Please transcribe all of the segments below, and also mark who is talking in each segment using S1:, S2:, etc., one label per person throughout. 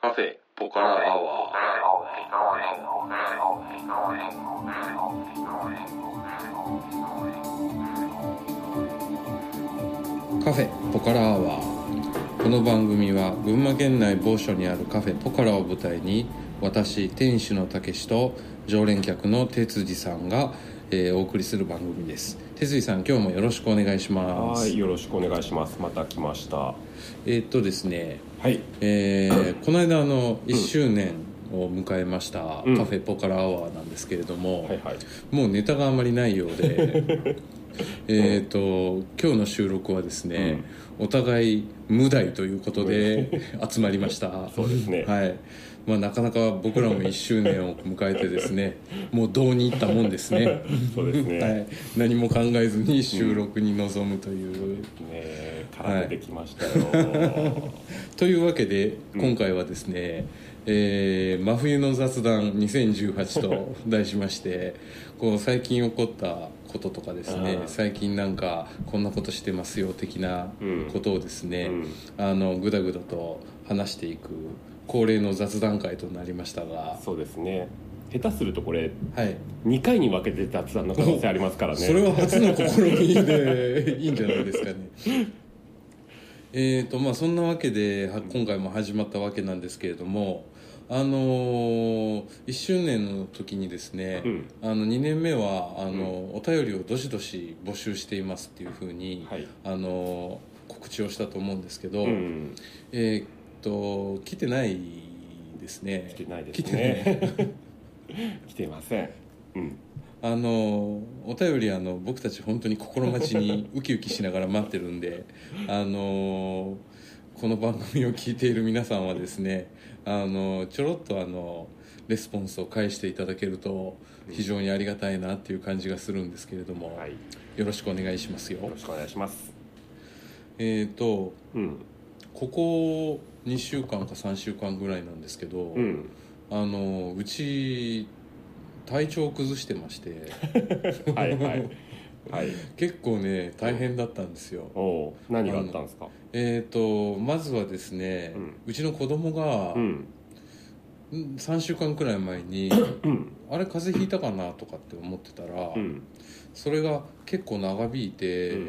S1: カフェポカラアワーカフェポカラアワーこの番組は群馬県内某所にあるカフェポカラを舞台に私店主のたけしと常連客の哲司さんが、えーお送りする番組です哲司さん今日もよろしくお願いしま
S2: は
S1: す
S2: い、よろしくお願いします。また来ました。は
S1: えーっとですね
S2: い、
S1: えーこの間あの1周年を迎えましたカフ
S2: うん
S1: ェポカラアワーなんですけれども、
S2: はい、はい。
S1: もうネタがあまりないようで えっと今日の収録はですね、お互い無題ということ で集まりました
S2: そうですね
S1: はいまあ、なかなか僕らも1周年を迎えてです ねもうどうにいったもんですね
S2: そうですね。
S1: は
S2: ね
S1: い、何も考えずに収録に臨むという、
S2: え、絡んできましたよ。
S1: というわけで
S2: うん
S1: 今回はですね、えー真冬の雑談2018」と 題しましてこう最近起こったこととかですね
S2: あー
S1: 最近なんかこんなことしてますよ的な
S2: うん
S1: ことをです
S2: う
S1: ね、
S2: ん、
S1: あのぐだぐだと話していく恒例の雑談会となりましたが、
S2: そうですね。下手するとこれ
S1: はい
S2: 二回に分けて雑談の可能性ありますからね。
S1: それは初の試みでいいんじゃないですかね。えーとまあ、そんなわけでは今回も始まったわけなんですけれども、あの1周年の時にですね、
S2: うん、
S1: あの2年目はあの、お便りをどしどし募集していますっていうふうに、
S2: はい。
S1: あの告知をしたと思うんですけど、
S2: うん、
S1: えーと来てないですね
S2: 来てないで
S1: 来
S2: す
S1: て
S2: ね。
S1: ね
S2: 来てません。うん、
S1: あのお便りあの僕たち本当に心待ちにウキウキしながら待ってるん であのこの番組を聞いている皆さんはですねあのちょろっとあのレスポンスを返していただけると非常にありがたいなっていう感じがするんですけれども、
S2: はい。よ
S1: よろしくお願いしますよ。
S2: ろしくお願いします。
S1: えっ、と
S2: うん、
S1: ここ2週間か3週間ぐらいなんですけど、
S2: うん。
S1: あのうち体調を崩してま して。
S2: はい、はい。はい。
S1: 結構ね大変だったんですよ
S2: おお、何があったんですか。
S1: えっ、とまずはですね、う
S2: うん
S1: ちの子供が
S2: う、ん、
S1: ん3週間くらい前 に
S2: うん、
S1: あれ風邪ひいたかなとかって思ってたら、
S2: うん、
S1: それが結構長引いて、
S2: うん、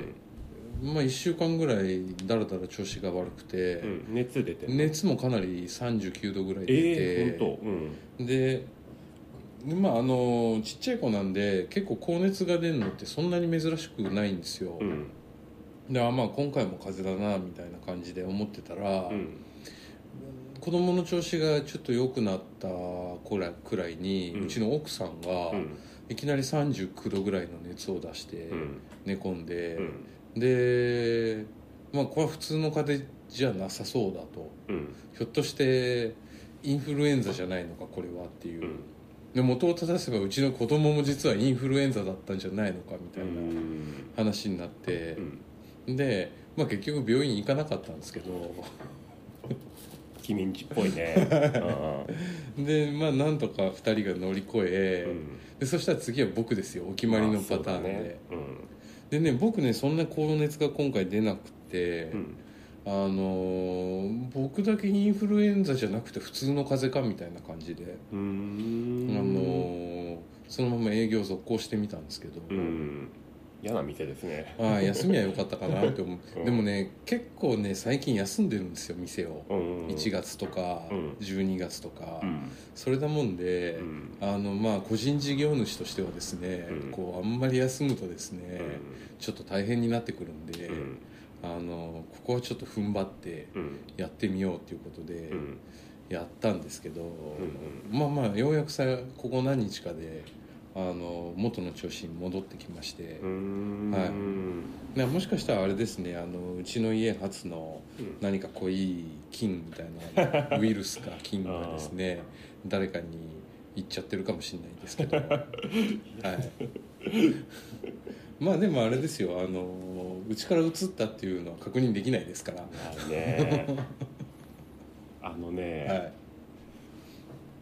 S1: まあ1週間ぐらいだらだら調子が悪くて、
S2: うん、熱出てる。
S1: 熱もかなり39度ぐらい出て、
S2: ええー、本当。うん。
S1: でまああのちっちゃい子なんで結構高熱が出るのってそんなに珍しくないんですよ、
S2: うん
S1: であまあ今回も風邪だなみたいな感じで思ってたら、
S2: うん
S1: 子供の調子がちょっと良くなったくらいくらいに、う
S2: うん
S1: ちの奥さんが
S2: うん
S1: いきなり39度ぐらいの熱を出して
S2: うん
S1: 寝込んで
S2: う、ん
S1: でまあこれは普通の風邪じゃなさそうだと
S2: うん
S1: ひょっとしてインフルエンザじゃないのかこれはっていう、
S2: うん
S1: で元を正せばうちの子供も実はインフルエンザだったんじゃないのかみた
S2: う
S1: いなん話になって
S2: う、ん
S1: で、まあ、結局病院行かなかったんですけど
S2: 君んちっぽいねあ
S1: でまあなんとか2人が乗り越え、でそしたら次は僕ですよお決まりのパターンで、でね僕ねそんな高熱が今回出なくて、あのー僕だけインフルエンザじゃなくて普通の風邪かみたいな感じで、
S2: あ
S1: あの
S2: の
S1: ーそのまま営業続行してみたんですけど、
S2: うん嫌な店ですね
S1: ああ休みは良かったかなって思う、
S2: うん
S1: でもね結構ね最近休んでるんですよ店を、1
S2: 一
S1: 月とか
S2: うん
S1: 12月とか、
S2: うん
S1: それだもんで、
S2: うん
S1: あのまあ個人事業主としてはですね、
S2: うん
S1: こうあんまり休むとですね、
S2: うん
S1: ちょっと大変になってくるんで、
S2: うん
S1: あのここはちょっと踏ん張って
S2: うん
S1: やってみようっていうことで
S2: うん
S1: やったんですけど、
S2: ん
S1: まあまあようやくさここ何日かであの元の調子に戻ってきまして
S2: う、ん
S1: はい
S2: うん
S1: ねもしかしたらあれですねあのうちの家初の
S2: うん
S1: 何か濃い菌みたいなウイルスか菌がです ね誰かに行っちゃってるかもしれないですけど、はい、まあでもあれですよあのうちから移ったっていうのは確認できないですから、
S2: まあねあの
S1: は
S2: ね
S1: い、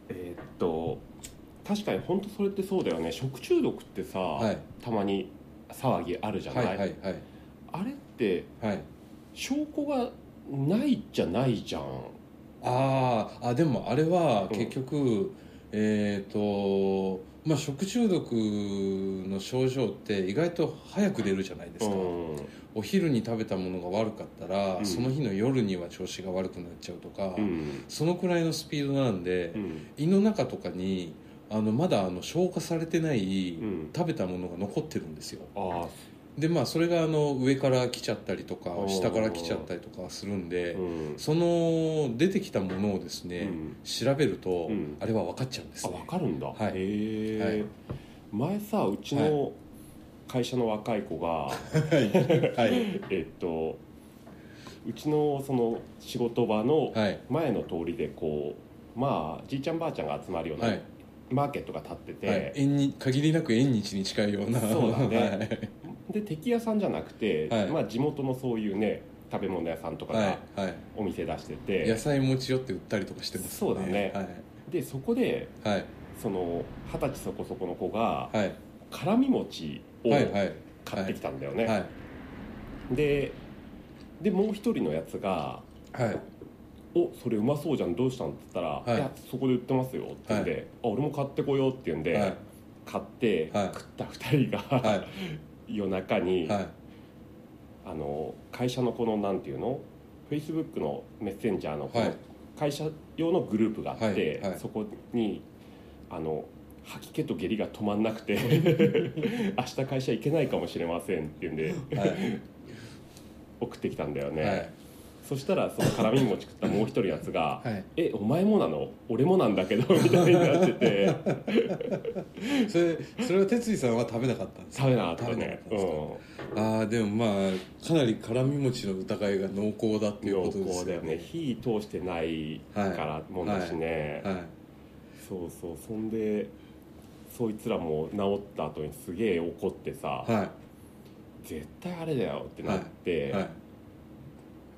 S2: えーっと確かに本当それってそうだよね食中毒ってさ、
S1: はい
S2: たまに騒ぎあるじゃな、
S1: はいいはいはい
S2: あれって
S1: はい
S2: 証拠がないじゃないじゃん
S1: あーあでもあれは
S2: うん
S1: 結局、えっ、とまあ食中毒の症状って意外と早く出るじゃないですか、
S2: うん
S1: お昼に食べたものが悪かったら、
S2: うん
S1: その日の夜には調子が悪くなっちゃうとか、
S2: うん
S1: そのくらいのスピードなんで、
S2: うん
S1: 胃の中とかにあのまだあの消化されてない、
S2: うん
S1: 食べたものが残ってるんですよ
S2: ああ
S1: でまあそれがあの上から来ちゃったりとか
S2: おー
S1: 下から来ちゃったりとかするんで、
S2: うん
S1: その出てきたものをですね、
S2: うん
S1: 調べると、
S2: うん
S1: あれは分かっちゃうんです
S2: あ
S1: ね、
S2: 分かるんだ、
S1: はい
S2: へえ、
S1: はい
S2: 前さうちの会社の若い子が、
S1: はいはい
S2: えっとうちのその仕事場の
S1: はい
S2: 前の通りでこうまあじいちゃんばあちゃんが集まるような
S1: はい
S2: マーケットが立ってて、
S1: はい縁に限りなく縁日に近いような
S2: そうだね
S1: はい
S2: で敵屋さんじゃなくて、
S1: はい
S2: まあ、地元のそういうね食べ物屋さんとか
S1: は
S2: が
S1: い、はい
S2: お店出してて、
S1: 野菜持ち寄って売ったりとかしてます
S2: そうだねでそこで
S1: はいはい
S2: その二十歳そこそこの子が
S1: はい
S2: 辛み餅を
S1: はいはい
S2: 買ってきたんだよね、
S1: はい
S2: ででもう一人のやつが
S1: はい
S2: 「おそれうまそうじゃんどうしたん?」って言ったら「
S1: い
S2: い、やそこで売ってますよ」って言って、あ「俺も買ってこよう」って言うんで、
S1: はい
S2: 買って、
S1: はい
S2: 食った二人が、
S1: は
S2: 夜中に、
S1: いはい
S2: あの会社のこのなんていうのフェイスブックのメッセンジャーのこ
S1: は
S2: の
S1: い
S2: 会社用のグループがあって、
S1: はいはい
S2: そこにあの吐き気と下痢が止まんなくて 明日会社行けないかもしれませんっていうんで
S1: はい
S2: 送ってきたんだよね、
S1: はい
S2: そしたらその辛み餅食ったもう一人のやつが「
S1: はい
S2: えお前もなの俺もなんだけど」みたいになってて
S1: それそれは哲司さんは食べなかったんです
S2: 食べなかったね
S1: 食べなかああでもまあかなり辛み餅の疑いが濃厚だっていうこと
S2: うん、
S1: で
S2: 濃厚
S1: す
S2: だ
S1: よ
S2: よね
S1: ね
S2: 火通してないからもんだしね、
S1: はい
S2: そうそうそんでそいつらも治った後にすげえ怒ってさ、
S1: は
S2: 絶対あれだよってなって、
S1: いはい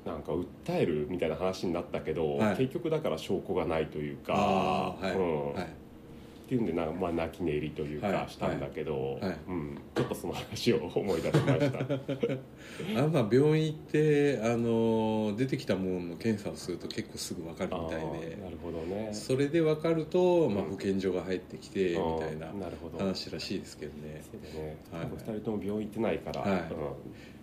S2: なんか訴えるみたいな話になったけど、
S1: はい
S2: 結局だから証拠がないというか、
S1: あーはい
S2: うん
S1: はい
S2: っていうんでなんかまあ泣き寝入りという
S1: は
S2: か
S1: い
S2: したんだけど、
S1: はい
S2: うん、ちょっとその話を思い出しま した
S1: あまあ病院行ってあの出てきたものの検査をすると結構すぐ分かるみた
S2: あ
S1: い
S2: ー
S1: で
S2: なるほどね
S1: それで分かると、まあ、
S2: うん
S1: 保健所が入ってきてみ
S2: あー
S1: たいな
S2: るほどそう
S1: 話らしいですけどね
S2: だね、
S1: はい
S2: お二人とも病院行ってないから、
S1: はい
S2: うん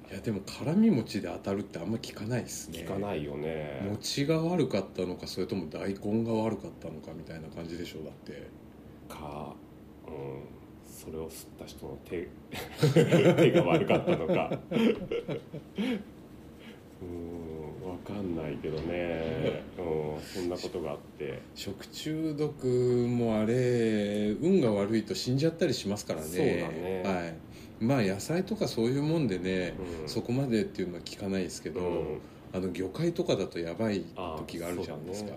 S1: いやでも辛み餅で当たるってあんま聞かないですね
S2: 聞かないよね
S1: 餅が悪かったのかそれとも大根が悪かったのかみたいな感じでしょうだって
S2: か、うん、それを吸った人の手 手が悪かったのかうんわかんないけどね、うん、そんなことがあって、
S1: 食中毒もあれ運が悪いと死んじゃったりしますからね
S2: そうだね
S1: はい、まあ野菜とかそういうもんでね、
S2: うん、
S1: そこまでっていうのは聞かないですけど、
S2: うん
S1: あの魚介とかだとやばい時があるじゃないですか
S2: あ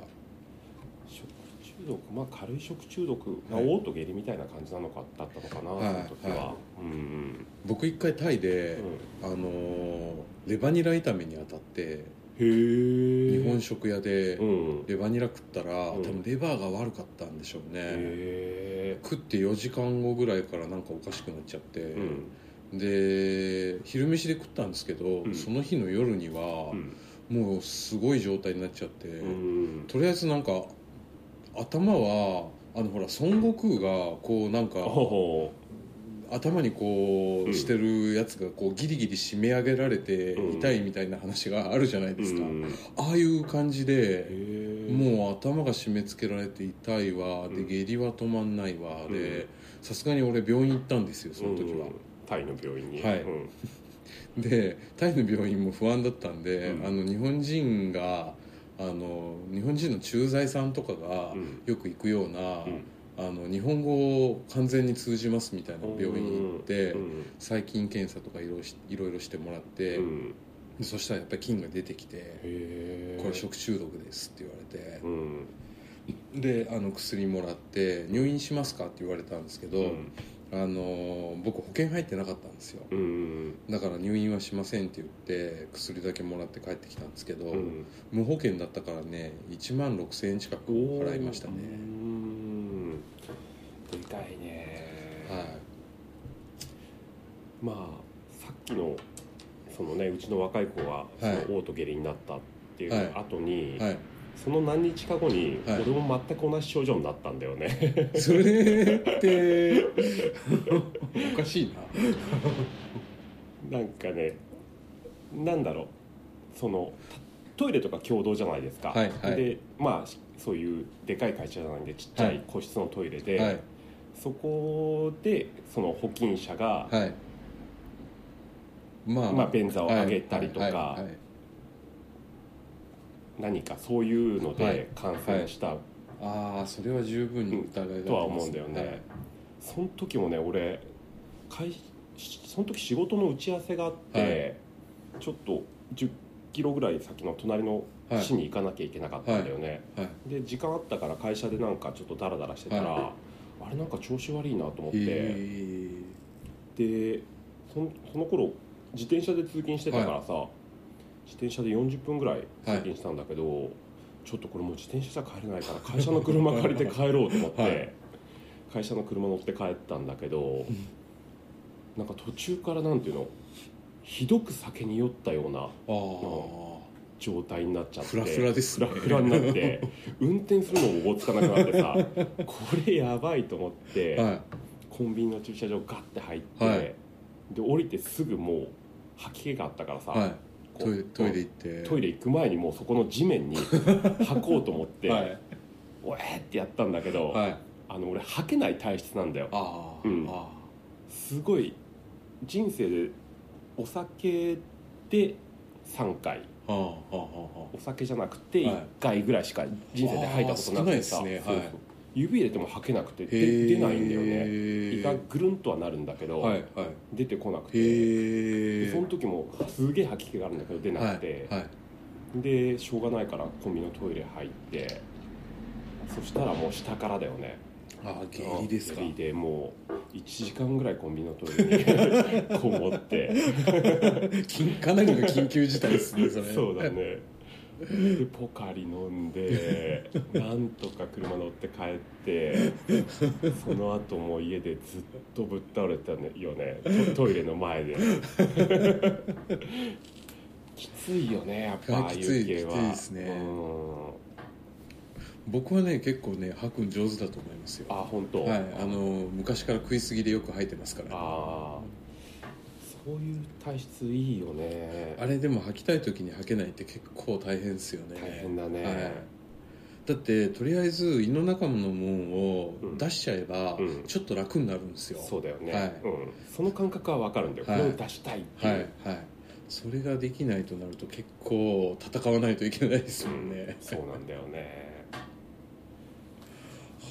S2: ーそうだね食中毒まあ軽い食中毒が嘔吐下痢みたいな感じなのかだったのかな、
S1: はい
S2: その時は、
S1: は
S2: うん
S1: 僕一回タイで、
S2: う
S1: あのーレバニラ炒めに当たって
S2: ん、へえ
S1: 日本食屋で
S2: うんへ
S1: レバニラ食ったら、
S2: うん
S1: 多分レバーが悪かったんでしょうね、
S2: え
S1: 食って4時間後ぐらいからなんかおかしくなっちゃって、
S2: うん
S1: で昼飯で食ったんですけど、
S2: うん
S1: その日の夜には
S2: う、ん
S1: もうすごい状態になっちゃって、
S2: うん
S1: とりあえずなんか頭はあのほら孫悟空がこうなんか
S2: ほうほ
S1: 頭にこう
S2: う
S1: んしてるやつがこうギリギリ締め上げられて
S2: うん
S1: 痛いみたいな話があるじゃないうですか、
S2: うんへ
S1: ああいう感じで
S2: え
S1: もう頭が締め付けられて痛いわ
S2: う
S1: で
S2: ん
S1: 下痢は止まんないわ
S2: う
S1: で
S2: ん
S1: さすがに俺病院行ったんですよその時は
S2: うん、タイの病院に、
S1: はい
S2: うん
S1: でタイの病院も不安だったんで
S2: うん
S1: あの日本人があの日本人の駐在さんとかが
S2: うん
S1: よく行くような
S2: うん
S1: あの日本語を完全に通じますみたいな病院行って
S2: うん
S1: 細菌検査とかいろいろしいろいろしてもらって、
S2: うん
S1: でそしたらやっぱり菌が出てきて「
S2: へえ
S1: これ食中毒です」って言われ
S2: うん
S1: てであの薬もらって「入院しますか?」って言われたんですけど、
S2: うん
S1: あのー僕保険入ってなかったんですよ
S2: うん
S1: だから入院はしませんって言って薬だけもらって帰ってきたんですけど、
S2: うん
S1: 無保険だったからね1万6000円近く払いましたね
S2: うんでかいね
S1: はい
S2: まあさっきのそのねうちの若い子がそ
S1: はい
S2: の嘔吐下痢になったっていう後に、
S1: いはい
S2: その何日か後に、
S1: はい
S2: 俺も全く同じ症状になったんだよね
S1: それっておかしいな
S2: なんかねなんだろうそのトイレとか共同じゃないですか、
S1: はいはい
S2: でまあそういうでかい会社じゃないんでちっちゃ
S1: はい
S2: い個室のトイレで、
S1: はい
S2: そこでその保菌者が、
S1: はいま
S2: まあ、便座を上げたりとか、
S1: はいはいはい
S2: 何かそういうの
S1: はい
S2: で感染した、
S1: ああそれは十分に疑いがあります、
S2: とは思うんだよね、その時もね俺会その時仕事の打ち合わせがあって、ちょっと10キロぐらい先の隣の
S1: はい
S2: 市に行かなきゃいけなかったんだよね、
S1: はいは
S2: で時間あったから会社でなんかちょっとダラダラしてたら、
S1: は
S2: あれなんか調子悪いなと思っ
S1: へ
S2: て
S1: え
S2: でそのその頃自転車で通勤してたからさ、自転車で40分ぐらい通勤したんだけど、ちょっとこれもう自転車じゃ帰れないから会社の車借りて帰ろうと思って、
S1: はい
S2: 会社の車乗って帰ったんだけど
S1: ん
S2: なんか途中からなんていうのひどく酒に酔ったような
S1: あ
S2: 状態になっちゃ
S1: あ
S2: って
S1: フラフラです
S2: フラ
S1: ね
S2: フラになって運転するのもおぼつかなくなってさこれやばいと思って、
S1: は
S2: コンビニの駐車場ガッて入って、
S1: はい
S2: で降りてすぐもう吐き気があったからさ、
S1: いはい
S2: こ
S1: トイレ
S2: う
S1: トイレ行って
S2: トイ
S1: レ
S2: レ行く前にもうそこの 地面に吐こうと思って、
S1: はい
S2: おえーってやったんだけど、
S1: はい
S2: あの俺吐けない体質なんだよ
S1: ああ、
S2: うん
S1: あ
S2: すごい人生でお酒で3回
S1: あああああ
S2: お酒じゃなくて
S1: はい
S2: 1回ぐらいしか人生で吐いたことなくてさ、
S1: あー少ないですね
S2: そうそう
S1: はい
S2: 指入れても吐けなくて
S1: へえ
S2: で出ないんだよね胃が
S1: ね
S2: ぐるんとはなるんだけど、
S1: はいは
S2: 出てこなく
S1: い
S2: て
S1: へ
S2: で
S1: え
S2: その時もすげえ吐き気があるんだけど出なくて、
S1: はいはい
S2: でしょうがないからコンビニのトイレ入ってそしたらもう下からだよね
S1: ああ下痢ですか
S2: 下痢でもう1時間ぐらいコンビニのトイレに こもって
S1: 緊かなりの緊急事態ですねそれ
S2: そうだねでポカリ飲んでなんとか車乗って帰ってその後もう家でずっとぶっ倒れてたよねトトイレの前できついよねやっぱああい
S1: きついう
S2: 系は
S1: きついですね
S2: うん
S1: 僕はね結構ね吐くん上手だと思いますよ
S2: あ本当、
S1: はいあの昔から食いすぎでよく吐いてますから
S2: あーそういう体質いいよね
S1: あれでも吐きたい時に吐けないって結構大変ですよね
S2: 大変だね、
S1: だってとりあえず胃の中のもんを
S2: うん
S1: 出しちゃえば、
S2: うん
S1: ちょっと楽になるんですよ
S2: そうだよね、
S1: はい
S2: うん、その感覚はわかるんだよ、
S1: はい
S2: これを出したいってい
S1: は
S2: う、
S1: いはいそれができないとなると結構戦わないといけないですもんね、
S2: そうなんだよね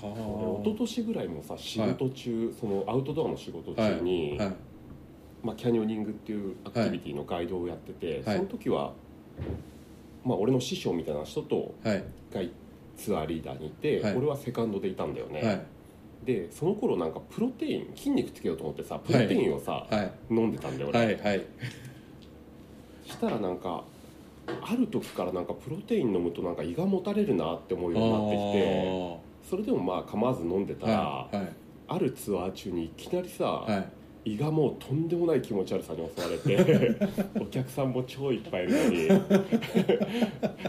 S1: は
S2: 一昨年ぐらいもさ仕事中、そのアウトドアの仕事中に、
S1: あはい
S2: まあ、キャニオニングっていうアクティビティのガイドをやってて、
S1: はい
S2: その時は、まあ、俺の師匠みたいな人と
S1: はい
S2: がツアーリーダーにいて、
S1: はい
S2: 俺はセカンドでいたんだよね、
S1: はい
S2: でその頃なんかプロテイン筋肉つけようと思ってさプロテインをさ、
S1: はい
S2: 飲んでたんだよ俺、
S1: はいはい
S2: したらなんかある時からなんかプロテイン飲むとなんか胃がもたれるなって思うようになってきてそれでもまあ構わず飲んでたら、
S1: あーはい
S2: あるツアー中にいきなりさ、
S1: はいはい
S2: 胃がもうとんでもない気持ち悪さに襲われ てお客さんも超いっぱいいるのに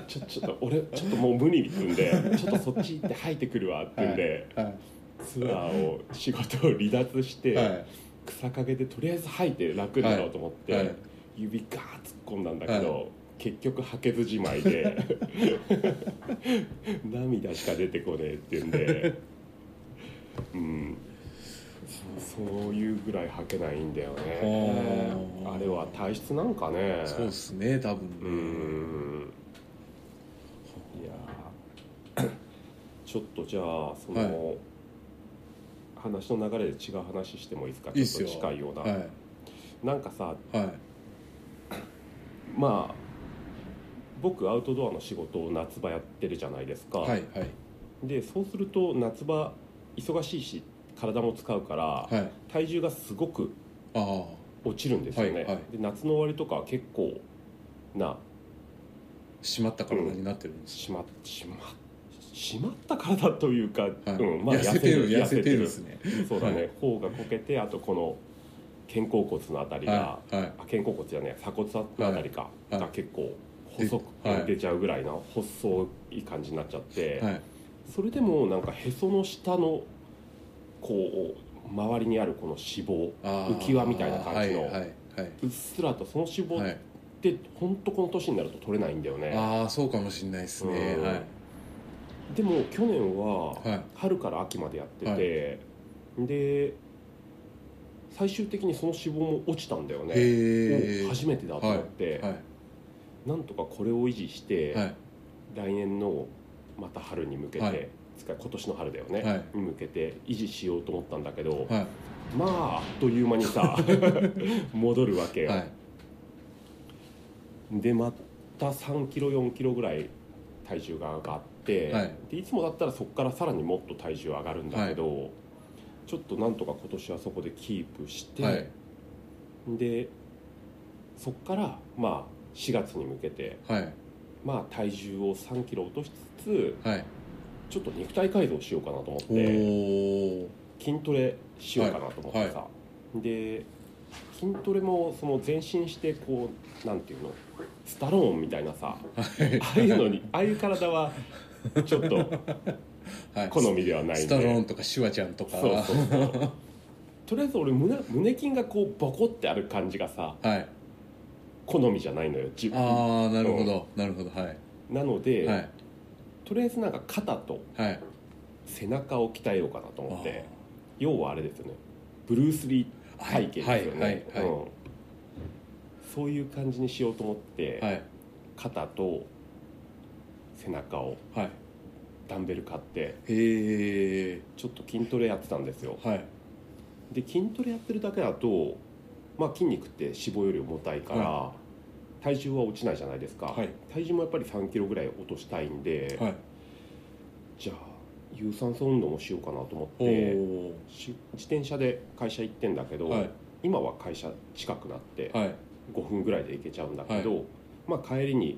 S2: ちょちょっと俺ちょっともう無理っつうんでちょっとそっち行って吐いてくるわって言うんで、
S1: は
S2: ツアーを仕事を離脱して、
S1: いは
S2: 草陰でとりあえず吐いて楽になろうと思って、
S1: いはい
S2: 指ガーッ突っ込んだんだけど、結局吐けずじまいで 涙しか出てこねえって言うんで うんそそういうぐらい吐けないんだよね
S1: あー
S2: あれは体質なんかね
S1: そうっすね多
S2: う
S1: 分ね
S2: んいやー ちょっとじゃあその、話の流れで違う話してもいいですか
S1: いいっすよ
S2: ちょっと近いような、
S1: は
S2: なんかさ
S1: いはい
S2: まあ僕アウトドアの仕事を夏場やってるじゃないですか、
S1: はいはい
S2: でそうすると夏場忙しいし体も使うから、
S1: はい
S2: 体重がすごく
S1: ああ
S2: 落ちるんですよね、
S1: はいはい
S2: で夏の終わりとかは結構な
S1: 締まった体になってるんです
S2: しましましまった体というか、
S1: はい
S2: うん
S1: 痩せてる痩せてるですね
S2: そうだ
S1: は
S2: ね頬がこけてあとこの肩甲骨のあたりが、
S1: はいはい
S2: あ肩甲骨じゃね鎖骨のあたりか、
S1: はいはい
S2: が結構細く
S1: はい
S2: 出ちゃうぐらいな細い感じになっちゃって、
S1: はい
S2: それでもなんかへその下のこう周りにあるこの脂肪
S1: あー
S2: 浮き輪みたいな感じの
S1: はいはいはいう
S2: っすらとその脂肪
S1: は
S2: っ
S1: い
S2: て本当この年になると取れないんだよね、
S1: ああそうかもしれないですね
S2: うん
S1: はい
S2: でも去年は
S1: はい
S2: 春から秋までやってて、で最終的にその脂肪も落ちたんだよね、
S1: へえ
S2: お初めてだと思って、
S1: はい
S2: なんとかこれを維持して、
S1: はい
S2: 来年のまた春に向けて、
S1: はい
S2: つか今年の春だよね、
S1: はい
S2: に向けて維持しようと思ったんだけど、
S1: は
S2: まああっという間 にさ戻るわけ
S1: い
S2: よ、
S1: はい
S2: でまた3キロ4キロぐらい体重が上がって、
S1: はい
S2: でいつもだったらそこからさらにもっと体重上がるんだけど、ちょっとなんとか今年はそこでキープして、
S1: はい
S2: でそこからまあ4月に向けて、
S1: はい
S2: まあ、体重を3キロ落としつつ
S1: はい
S2: ちょっと肉体改造しようかなと思っ
S1: お
S2: て
S1: お
S2: 筋トレしようかなと思ってさ、で筋トレもその前進してこうなんていうのスタローンみたいなさ
S1: はい
S2: ああいうのにああいう体はちょっと
S1: はい
S2: 好みではないん
S1: ス
S2: で
S1: タローンとかシュワちゃんとか
S2: そうそうそうとりあえず俺胸胸筋がこうボコってある感じがさ
S1: はい
S2: 好みじゃないのよ自分
S1: ああなるほどなるほどはい
S2: なので、
S1: はい
S2: とりあえずなんか肩と
S1: はい
S2: 背中を鍛えようかなと思って
S1: あ
S2: 要はあれですよねブルース・リ
S1: ー
S2: ー
S1: は
S2: 体
S1: い
S2: 型ですよね、
S1: はいはい
S2: うんそういう感じにしようと思って、
S1: はい
S2: 肩と背中を
S1: はい
S2: ダンベル買って
S1: へえ
S2: ちょっと筋トレやってたんですよ
S1: はい
S2: で筋トレやってるだけだと、まあ、筋肉って脂肪より重たいから、体重は落ちないじゃないですか、
S1: はい
S2: 体重もやっぱり3キロぐらい落としたいんで、
S1: はい
S2: じゃあ有酸素運動もしようかなと思っ
S1: お
S2: て
S1: お
S2: し自転車で会社行ってんだけど、
S1: はい
S2: 今は会社近くなって
S1: はい
S2: 5分ぐらいで行けちゃうんだけど、まあ、帰りに、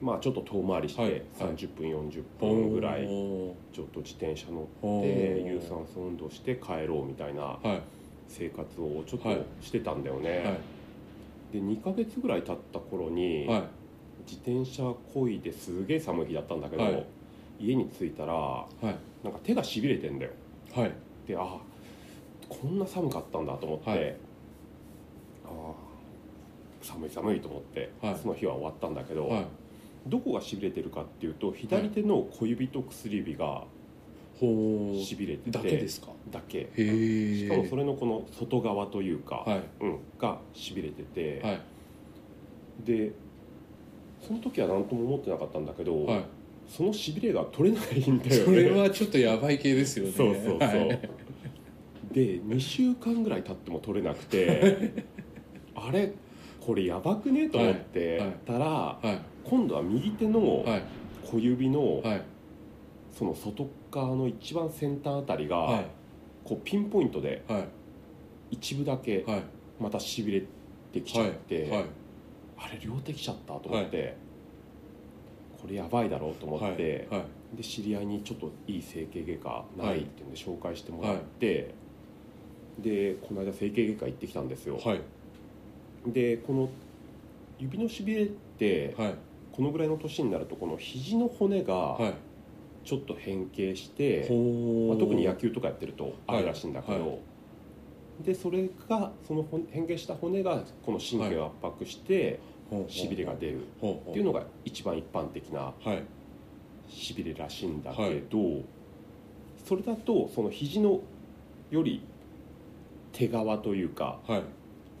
S2: まあ、ちょっと遠回りし
S1: はいは
S2: て
S1: い
S2: 30分、40分ぐらい
S1: お
S2: ちょっと自転車乗っ
S1: お
S2: て有酸素運動して帰ろうみたいな
S1: はい
S2: 生活をちょっ
S1: はい
S2: としてたんだよね、
S1: は
S2: で2ヶ月ぐらい経った頃
S1: い
S2: に、
S1: はい
S2: 自転車こいですげえ寒い日だったんだけど、
S1: はい
S2: 家に着いたら
S1: はい
S2: なんか手がしびれてんだよ
S1: はい
S2: であこんな寒かったんだと思って、
S1: はい
S2: あー寒い寒いと思って、
S1: はい
S2: その日は終わったんだけど、
S1: はい
S2: どこがしびれてるかっていうと左手の小指と薬指が
S1: ほ
S2: しびれてて、
S1: だけですか
S2: だけ
S1: へえ
S2: しかもそれのこの外側というか、
S1: はい
S2: うん、がしびれてて、
S1: はい
S2: でその時は何とも思ってなかったんだけど、
S1: は
S2: そのしびれが取れないん
S1: い
S2: だよ ね
S1: それはちょっとやばい系ですよね
S2: そうそうそう、
S1: はい
S2: で2週間ぐらい経っても取れなくて あれこれやばくねと思って
S1: はいはい
S2: たら、
S1: はい
S2: 今度は右手の
S1: はい
S2: 小指の
S1: はい
S2: その外側の一番先端あたり
S1: は
S2: が
S1: い
S2: こうピンポイントで
S1: はい
S2: 一部だけ
S1: はい
S2: またしびれてきちゃって、
S1: はい
S2: あれ両手きちゃったと思って、これやばいだろうと思
S1: はい
S2: って、
S1: はい
S2: で知り合いにちょっといい整形外科な
S1: はい
S2: いっていうんで紹介してもらって、でこの間整形外科行ってきたんですよ、
S1: はい
S2: でこの指のしびれって
S1: はい
S2: このぐらいの年になるとこの肘の骨が
S1: はい
S2: ちょっと変形して、
S1: ほ
S2: まあ、
S1: う
S2: 特に野球とかやってるとあるらしいんだけど、
S1: はいは
S2: でそれがその骨変形した骨がこの神経を圧迫してしびれが出るっていう
S1: の
S2: のが一番一般的な
S1: はい
S2: しびれらしいんだけど、それだとその肘のより手側というか
S1: はい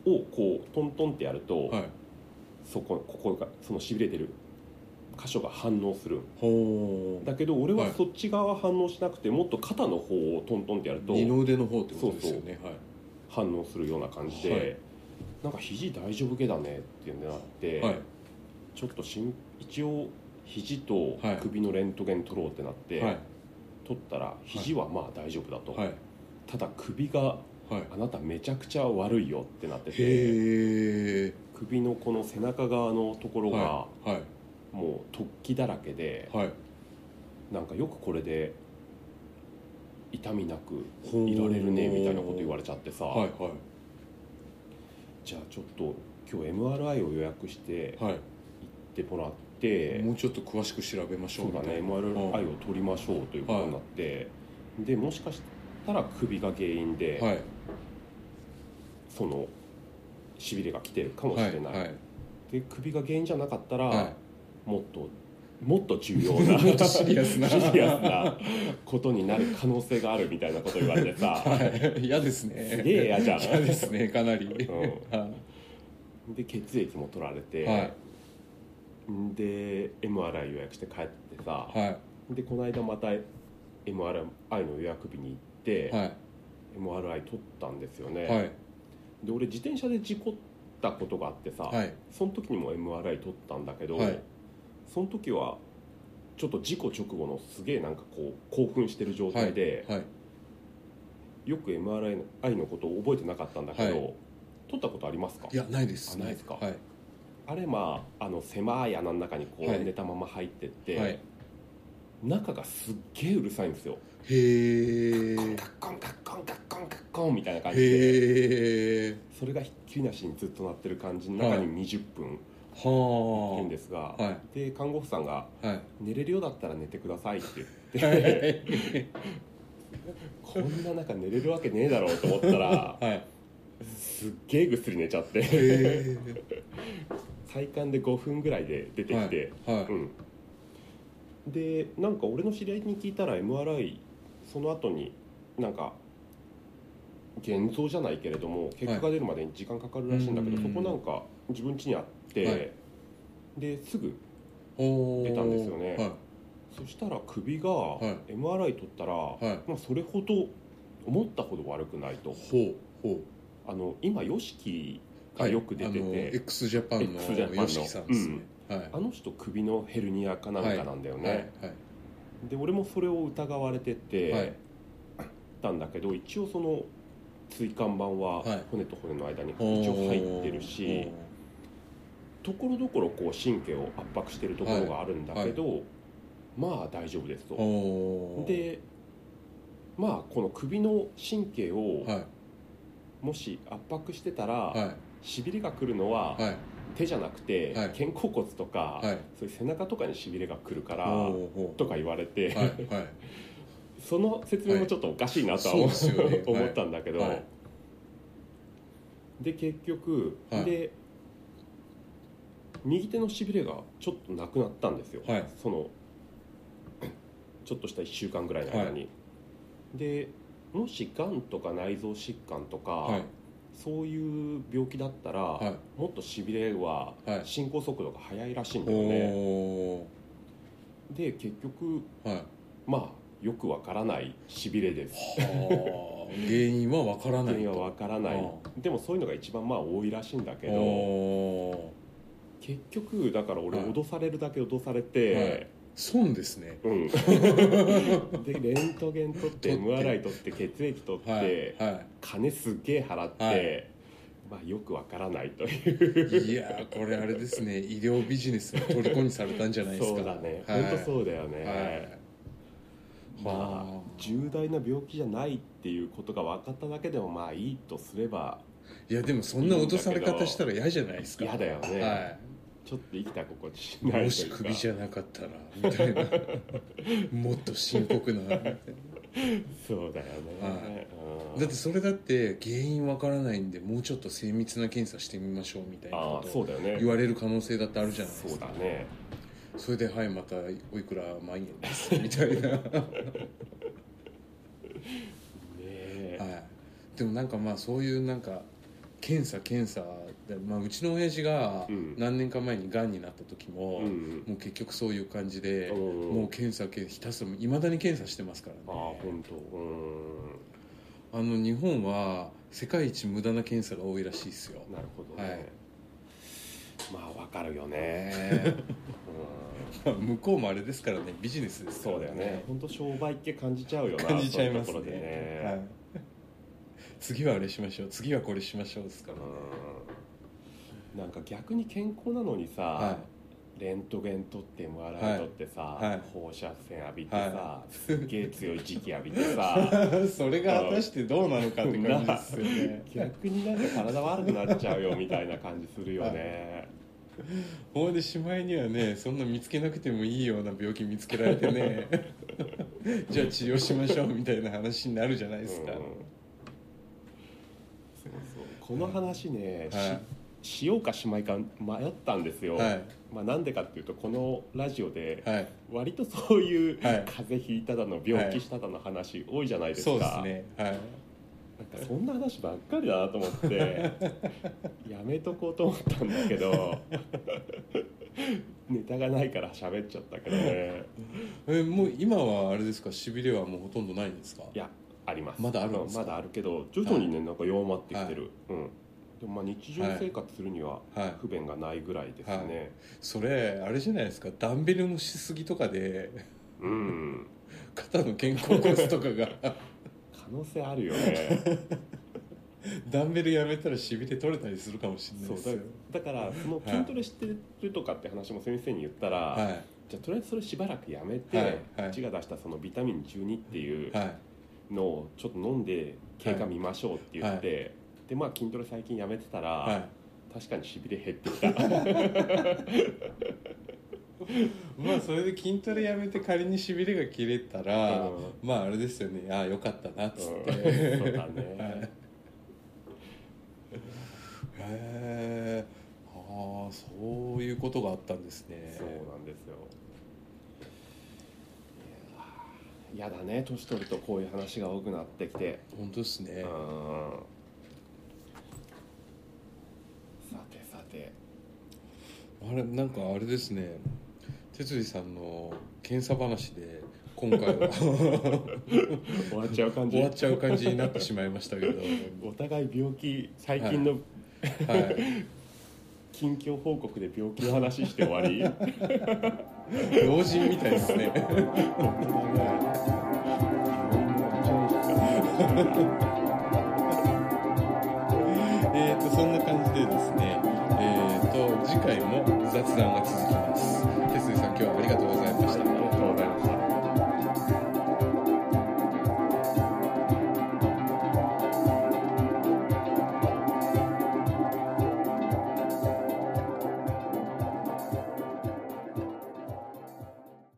S2: をこうトントンってやると、
S1: はい
S2: そこここがそのしびれてる箇所が反応する
S1: ほう
S2: だけど俺
S1: は
S2: はいそっち側は反応しなくてもっと肩の方をトントンってやると
S1: 二の腕の方ってことですよねはい
S2: 反応するような感じで、
S1: はい
S2: なんか肘大丈夫けだねっていうんでなって、
S1: は
S2: ちょっとしん一応肘と
S1: はい
S2: 首のレントゲン取ろうってなっ
S1: い
S2: て、
S1: はい
S2: 取ったら肘はまあ大丈夫だと、
S1: はい
S2: ただ首が
S1: はい
S2: あなためちゃくちゃ悪いよってなってて
S1: へえ
S2: 首のこの背中側のところが
S1: はいはい
S2: もう突起だらけで
S1: はい
S2: なんかよくこれで痛みなく
S1: ほう
S2: いられるねみたいなこと言われちゃってさ、
S1: はい
S2: じゃあちょっと今日 MRI を予約して
S1: はいはい
S2: 行ってもらって
S1: もうちょっと詳しく調べましょう
S2: そうだね
S1: み
S2: もういろいろ
S1: うん
S2: 愛を取りましょうということになって、でもしかしたら首が原因で、
S1: たいなはい
S2: そのしびれが来てるかもしれない、
S1: はいはい
S2: で首が原因じゃなかったら、
S1: は
S2: もっともっと重要
S1: い
S2: な
S1: もっと シリアスな
S2: シリアスなことになる可能性があるみたいなこと言われてさ、
S1: はい嫌ですね
S2: すげえ嫌じゃん
S1: 嫌ですねかなり、
S2: う
S1: は
S2: で血液も取ら
S1: い
S2: れて、
S1: はい
S2: で MRI 予約して帰ってさ、
S1: は
S2: でこの間また MRI の予約日に行って、
S1: いは
S2: MRI 取ったんですよね、
S1: いはい
S2: で俺自転車で事故ったことがあってさ、
S1: はい
S2: その時にも MRI 取ったんだけど、
S1: はい
S2: その時はちょっと事故直後のすげえなんかこう興奮してる状態で、
S1: はい
S2: よく MRI の愛のことを覚えてなかったんだけど、
S1: は
S2: 取ったことありますか
S1: いやないです
S2: あないですか
S1: はい
S2: あれまああの狭い穴の中にこう
S1: はい
S2: 寝たまま入ってって、
S1: はい
S2: 中がすっげえうるさいんですよ
S1: へえ
S2: カッコンカッコンカッコンカッコンみたいな感じで
S1: へえ
S2: それがひっきりなしにずっと鳴ってる感じの中に20分いるん
S1: は
S2: ですが、
S1: あは
S2: で看護婦さんが
S1: いはい
S2: 「寝れるようだったら寝てください」って言
S1: は
S2: っ
S1: い
S2: てこんな中寝れるわけねえだろうと思ったら
S1: はい
S2: すっげえぐっすり寝ちゃって
S1: へ
S2: 最短で5分ぐらいで出て
S1: え
S2: きて、
S1: はいは
S2: うん、でなんか俺の知り合いに聞いたら MRI その後になんか現像じゃないけれども結果が出るまでに時間かかるらしいんだけど、
S1: うん
S2: そこなんか自分家にあって、
S1: はい
S2: ですぐ
S1: いおー
S2: 出たんですよね
S1: は
S2: そしたら首が
S1: い
S2: MRI 取ったら、
S1: いはい
S2: まあ、それほど思ったほど悪くないと
S1: ほうほ
S2: あの今 YOSHIKI
S1: うは
S2: が
S1: い
S2: よく出てて、
S1: あの X ジャパンの
S2: X ジャパンの
S1: YOSHIKI さんですねはい
S2: あの人首のヘルニアかなんかなんだよね、
S1: はいはい
S2: で俺もそれを疑われてて、
S1: はい
S2: たんだけど一応その椎間板は
S1: はい
S2: 骨と骨の間に一応入ってるし、ところどころこう神経を圧迫してるところがあるんだけど、まあ大丈夫です
S1: おー
S2: と。
S1: おー
S2: でまあこの首の神経を
S1: はい
S2: もし圧迫してたら、
S1: は
S2: しびれが来るのはい
S1: はい
S2: 手じゃなくて、
S1: はい
S2: 肩甲骨とか、
S1: はい
S2: そういう背中とかにしびれが来るから
S1: ほうほう
S2: とか言われて、
S1: はいはい
S2: その説明もちょっとおかしいなとは
S1: はい
S2: 思,、
S1: そうですよね
S2: 思ったんだけど、
S1: はい
S2: で結局、
S1: はい
S2: で右手のしびれがちょっとなくなったんですよ、
S1: はい
S2: その ちょっとした1週間ぐらいの間に、でもしがんとか内臓疾患とか、
S1: はい
S2: そういう病気だったら、
S1: はい
S2: もっとしびれは
S1: はい
S2: 進行速度が速いらしいんだよね、
S1: お
S2: で結局
S1: ーはい
S2: まあよくわからないしびれです
S1: はあ原因はわからな
S2: 原
S1: い
S2: 因は
S1: と
S2: わからないでもそういうのが一番まあ多いらしいんだけど
S1: お
S2: 結局だから俺
S1: はい
S2: 脅されるだけ脅されて、
S1: ー損ですね
S2: うん でレントゲン取っ
S1: 取
S2: て
S1: って
S2: MRI 取って血液取って、
S1: はいは
S2: 金すっげえ払って、
S1: は
S2: まあよくわからないという
S1: いいやーこれあれですね医療ビジネスの虜にされたんじゃないですか
S2: そうだね、
S1: はい
S2: 本当そうだよね、
S1: はい
S2: ま
S1: は
S2: あ重大な病気じゃないっていうことが分かっただけでもまあいいとすれば
S1: いやでもそんな落とされ方したら嫌じゃないですか
S2: 嫌だよね、
S1: は
S2: ちょっと生きた心地し
S1: い、
S2: な
S1: も
S2: いとい
S1: し
S2: うか
S1: 首じゃなかったらみたいな もっと深刻なだ
S2: そうだよね、
S1: はい
S2: うん
S1: ってそれだって原因わからないんでもうちょっと精密な検査してみましょうみたいな
S2: あ
S1: こ
S2: あ
S1: と
S2: そうだよね
S1: 言われる可能性だってあるじゃないですか
S2: そうだね
S1: それではいまたおいくら万円ですみたいな、は
S2: ねえ
S1: い、でもなんかまあそういうなんか検査検査で、まあ、うちの親父が
S2: うん
S1: 何年か前にがんになった時も、
S2: うん
S1: もう結局そういう感じ
S2: う
S1: で、
S2: ん
S1: もう検査けひたすらいまだに検査してますからね
S2: ああ本当うん
S1: あの日本は世界一無駄な検査が多いらしいですよ
S2: なるほどね、
S1: はい
S2: まあわかるよね、うん
S1: まあ向こうもあれですからねビジネスですから
S2: そうだよね本当商売って感じちゃうよな
S1: 感じちゃいます
S2: そう
S1: ね
S2: うところでね、
S1: はい、次はあれしましょう次はこれしましょうですからね
S2: うんなんか逆に健康なのにさ、
S1: は
S2: レントゲン取っても
S1: は
S2: MRI
S1: い
S2: 取ってさ、
S1: はい
S2: 放射線浴びてさ、
S1: は
S2: すっげえ強い磁気浴びて さ
S1: いそれが果たしてどうな のかって感じですよね
S2: 逆になんか体悪くなっちゃうよみたいな感じするよね、
S1: ほんでしまいにはねそんな見つけなくてもいいような病気見つけられて ねじゃあ治療しましょうみたいな話になるじゃないですか、
S2: うんそうそうこの話ね、し
S1: は
S2: しようかしまいか迷ったんですよ、
S1: はい
S2: まあ、なんでかっていうとこのラジオで
S1: い、はい、
S2: 割とそういう
S1: はい
S2: 風邪ひいただの病気しただの話多いじゃないですか、
S1: そうですねはい
S2: なんかそんな話ばっかりだなと思って やめとこうと思ったんだけどネタがないから喋っちゃったけどね
S1: えもう今はあれですかしびれはもうほとんどないんですか
S2: いやあります
S1: まだあるんですか
S2: まだあるけど徐々にねなんか弱まってきてる、うんでもまあ日常
S1: はい
S2: 生活するには
S1: はい
S2: 不便がないぐらいですね、
S1: それあれじゃないですかダンベルのしすぎとかで
S2: うん
S1: 肩の肩甲骨とか が
S2: 可能性あるよ ね
S1: ダンベルやめたらしびれ取れたりするかもしれない
S2: そ
S1: です
S2: う
S1: よ
S2: だだからその筋トレしてるとかって話も先生に言ったら、
S1: は
S2: じゃあとりあえずそれしばらくやめて、
S1: はいはいう
S2: ちが出したそのビタミン12っていう
S1: いはい
S2: のをちょっと飲んで経過見ましょうって言って、でまあ筋トレ最近やめてたら、
S1: はい
S2: 確かにしびれ減ってきた
S1: まあそれで筋トレやめて仮にしびれが切れたら、
S2: うん
S1: まああれですよねああよかったなっつっ
S2: うん
S1: て、
S2: そうだね、
S1: はいへえああそういうことがあったんですね
S2: そうなんですよいやーやだね年取るとこういう話が多くなってきて
S1: 本当ですね、
S2: うんさてさて
S1: あれなんかあれですね哲司さんの検査話で今回 は
S2: 終わっちゃう感じ
S1: 終わっちゃう感じになってしまいましたけど、
S2: お互い病気最近の
S1: はい、
S2: 近況報告で病気の話して終わ り
S1: 老人みたいです ねえーとそんな感じでですねえーと次回も雑談が続きます哲司さん今日はありがとうございました、